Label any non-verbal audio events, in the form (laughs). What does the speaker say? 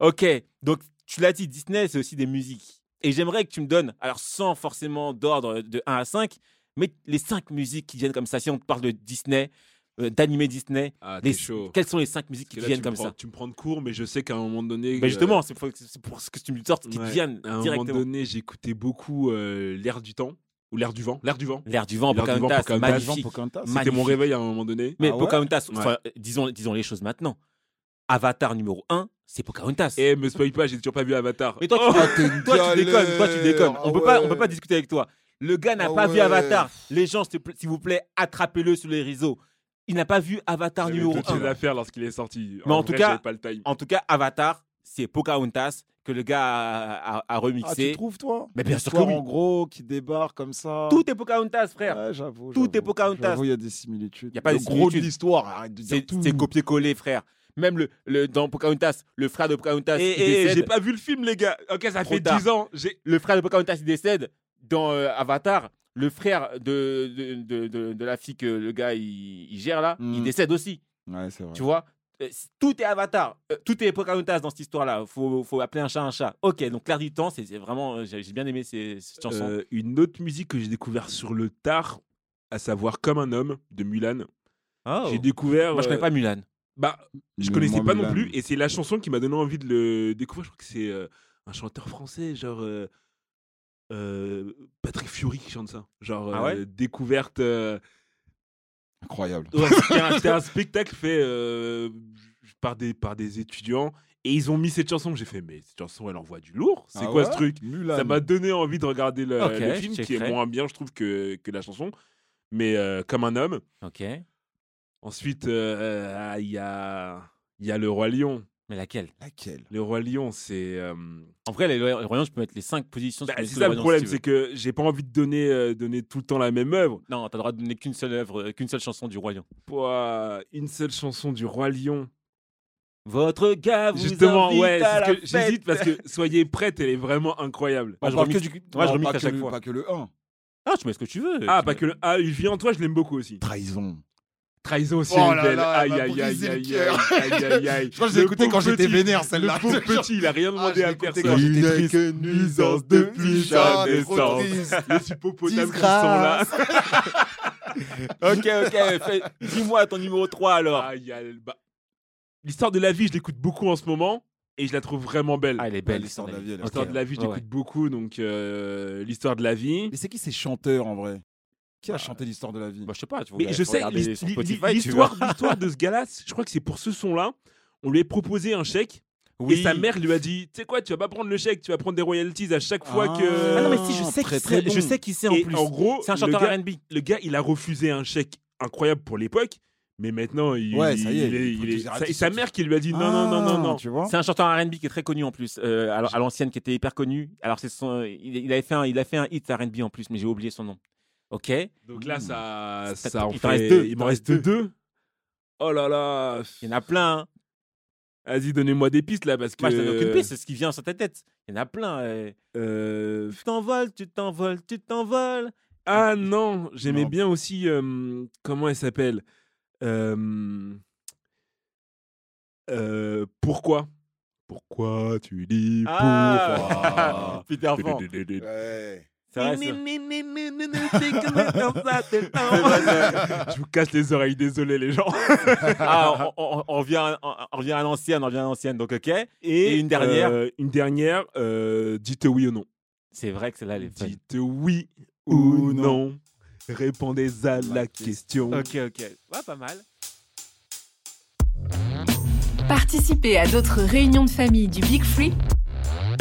Ok, donc tu l'as dit, Disney, c'est aussi des musiques. Et j'aimerais que tu me donnes, alors sans forcément d'ordre de 1 à 5, mais les 5 musiques qui viennent comme ça. Si on te parle de Disney, euh, d'animé Disney, Ah, t'es les- chaud. quelles sont les 5 musiques qui Parce que là, viennent tu me comme prends- ça Tu me prends de court, mais je sais qu'à un moment donné. Mais euh, Justement, c'est pour, c'est pour ce que tu me sortes qui te ouais, viennent à un moment directement. donné, j'écoutais beaucoup euh, l'air du temps ou l'air du vent. L'air du vent. L'air du vent, L'air du vent, Pocahontas, Pocahontas, magnifique. C'était mon Magnifique. réveil à un moment donné. Mais Ah ouais Pocahontas, Ouais. enfin, disons, disons les choses maintenant. Avatar numéro 1, c'est Pocahontas. Et me spoil pas, j'ai toujours pas vu Avatar. Mais toi, tu, toi, tu déconnes, toi, tu déconnes. galère, On peut ah pas, on peut ouais. pas discuter avec toi. Le gars n'a Ah pas vu ouais. Avatar. Les gens, s'il te pla- s'il vous plaît, attrapez-le sur les réseaux. Il n'a pas vu Avatar J'avais numéro d'autres 1. choses à faire lorsqu'il est sorti. Mais en tout vrai, cas- j'avais pas le time. En tout cas, Avatar, c'est Pocahontas que le gars a, a- a Ah, tu remixé. trouves, toi Mais bien sûr que L'histoire, oui. En gros, qui débarque comme hein. ça. Tout est Pocahontas, frère. Ouais, j'avoue. Tout j'avoue. est Pocahontas. J'avoue, il y a des similitudes. Y a pas le de gros de similitudes. l'histoire. Arrête de dire C'est tout. c'est copier-coller, frère. Même le, le- dans Pocahontas, le frère de Pocahontas, Et, il décède. j'ai pas vu le film, les gars. Ok, ça Trop fait tard. 10 ans. J'ai- le frère de Pocahontas il décède dans euh, Avatar. Le frère de, de, de, de- de la fille que le gars il, il gère là, Mm. il décède aussi. Ouais, c'est vrai. Tu vois Euh, c- Tout est Avatar. Euh, tout est Pocahontas dans cette histoire-là. Faut, faut appeler un chat un chat. Ok, donc l'air du temps, c'est c'est vraiment. euh, J'ai j'ai bien aimé ces, cette chanson. Euh, une autre musique que j'ai découvert sur le tard, à savoir Comme un homme de Mulan. Oh. J'ai découvert. Moi, je connais euh, pas Mulan. Bah, je Mais connaissais moi, pas Mulan. non plus, et c'est la chanson qui m'a donné envie de le découvrir. Je crois que c'est euh, un chanteur français, genre euh, euh, Patrick Fury qui chante ça. Genre Ah ouais euh, découverte. euh, Incroyable. (laughs) ouais, c'était un, c'était un spectacle fait euh, par des par des étudiants, et ils ont mis cette chanson. J'ai fait, mais cette chanson, elle envoie du lourd. C'est Ah quoi ouais ce truc Mulan. Ça m'a donné envie de regarder le, Ok, le je film, qui checkerai. est moins bien, je trouve, que que la chanson, mais euh, comme un homme. Ok. Mais Ensuite, euh, ah, il y a il y a le roi lion. laquelle Laquelle Le Roi Lion, c'est. euh, En vrai, les Royaumes, je peux mettre les 5 positions. bah, sur les c'est sous- ça les le Royaumes, problème, si tu c'est veux. que j'ai pas envie de donner, euh, donner tout le temps la même œuvre. Non, t'as le droit de donner qu'une seule œuvre, euh, qu'une seule chanson du Royaume. Pour euh, une seule chanson du Roi Lion. Votre gars, vous Justement, invite ouais, à c'est ce la que fête. j'hésite parce que soyez prête, elle est vraiment incroyable. Moi, je On parle remix- que du- moi, je non, remix pas à que chaque le- fois. Pas que le 1. Ah, tu mets ce que tu veux. Ah, Tu pas mets- que le. Ah, il vit en toi, je l'aime beaucoup aussi. Trahison. Trahison, c'est Oh une là belle. là, elle Aïe, m'a aïe, aïe, brisé le aïe, cœur. aïe, aïe, aïe, aïe. Je crois que je l'ai Le écouté quand pauvre j'étais petit, vénère, celle-là. Ah, Le pauvre (laughs) petit, il a rien demandé à quand personne. j'étais Il n'est triste. que Ah, sa trop naissance. triste. Les hippopotames qui sont là. Disgrâce. Ok, ok. fais- Dis-moi ton numéro 3 alors. Ah, il y a le- bah, L'histoire de la vie, je l'écoute beaucoup en ce moment et je la trouve vraiment belle. Ah, elle est belle, l'histoire de la vie, elle est L'histoire de la vie, je Ouais, l'écoute beaucoup, donc euh, l'histoire de la vie. Mais c'est qui ces chanteurs en vrai Qui a chanté l'histoire de la vie Bah, je sais pas. Tu Mais vois, je sais, regarder l'hist- sur l'hi- Spotify, tu l'histoire vois. l'histoire de ce gars-là, c- je crois que c'est pour ce son-là, on lui a proposé un chèque et sa mère lui a dit Tu sais quoi, tu vas pas prendre le chèque, tu vas prendre des royalties à chaque fois Ah. que. Ah non, mais si, je sais Très, qui très c'est. Je bon. sais qui c'est en Et plus. en gros, C'est un le chanteur gars, RB. le gars, il a refusé un chèque incroyable pour l'époque, mais maintenant, il, Ouais, ça y est, il il faut il que est- tu sa- arrêtes et sa de- mère qui lui a dit Non, non, non, non, Ah, non. Tu vois C'est un chanteur RB qui est très connu en plus. euh, alors, à l'ancienne, qui était hyper connu. Alors, c'est son, il, il avait fait un, il a fait un hit RB en plus, mais j'ai oublié son nom. Ok. Donc là, Mmh. ça, Ça- ça en il t'en reste fait- deux, Il il m'en t'en reste reste deux. Oh là là. Il y en a plein. hein. Vas-y, donnez-moi des pistes là parce que. Moi, je n'ai aucune piste. C'est ce qui vient sur ta tête. Il y en a plein. euh. Euh, Tu t'envoles, tu t'envoles, tu t'envoles. Ah non, j'aimais Non. bien aussi. euh, Comment elle s'appelle Euh, euh, Pourquoi Pourquoi tu dis Ah. pourquoi (laughs) Peter Pan. Ouais. C'est vrai, c'est- (laughs) (laughs) Je vous casse les oreilles, désolé les gens. Ah, on, on- on revient, à- on, on revient à l'ancienne, on revient à l'ancienne, donc ok. Et une dernière. euh, Une dernière, euh, dites oui ou non. C'est vrai que celle-là, elle est fun. Dites oui Ou ou non. Répondez à la La question. Ok, ok. Ouais, pas mal. Participez à d'autres réunions de famille du Big Free